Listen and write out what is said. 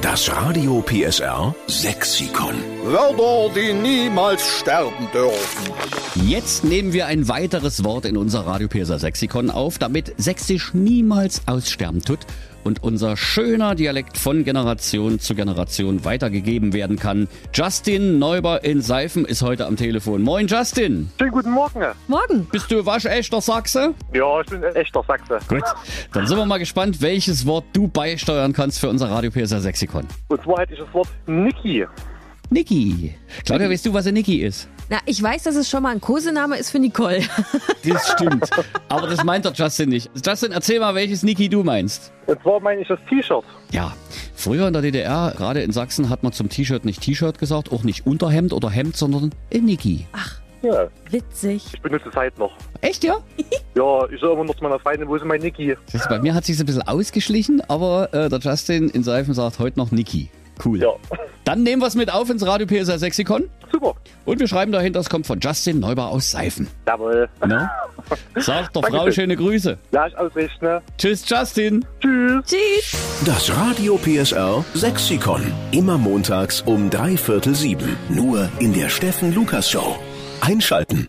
Das Radio PSR Sexikon. Wörter, die niemals sterben dürfen. Jetzt nehmen wir ein weiteres Wort in unser Radio Perser Sexikon auf, damit Sächsisch niemals aussterben tut und unser schöner Dialekt von Generation zu Generation weitergegeben werden kann. Justin Neuber in Seifen ist heute am Telefon. Moin Justin, Schönen guten Morgen. Morgen. bist du waschechter Sachse? Ja, ich bin ein echter Sachse. Gut. Dann sind wir mal gespannt, welches Wort du beisteuern kannst für unser Radio Perser Sexikon. Und zwar hätte ich das Wort Niki. Niki. Claudia, weißt du, was ein Niki ist? Na, ich weiß, dass es schon mal ein Kosename ist für Nicole. Das stimmt. Aber das meint der Justin nicht. Justin, erzähl mal, welches Niki du meinst. Und zwar meine ich das T-Shirt. Ja, früher in der DDR, gerade in Sachsen, hat man zum T-Shirt nicht T-Shirt gesagt, auch nicht Unterhemd oder Hemd, sondern ein Niki. Ja. Witzig. Ich benutze es halt noch. Echt, ja? Ja, ich sage immer noch zu meiner Freundin, wo ist denn mein Niki? Das ist, bei mir hat sich ein bisschen ausgeschlichen, aber äh, der Justin in Seifen sagt heute noch Niki. Cool. Ja. Dann nehmen wir es mit auf ins Radio PSR Sexikon Super. und wir schreiben dahinter, es kommt von Justin Neuber aus Seifen. Jawohl. Ne? Sagt der Frau Dankeschön. schöne Grüße. Ja, ich ausrichten. ne? Tschüss, Justin. Tschüss. Tschüss. Das Radio PSR Sexikon. Immer montags um drei Viertel sieben. Nur in der Steffen Lukas Show. Einschalten.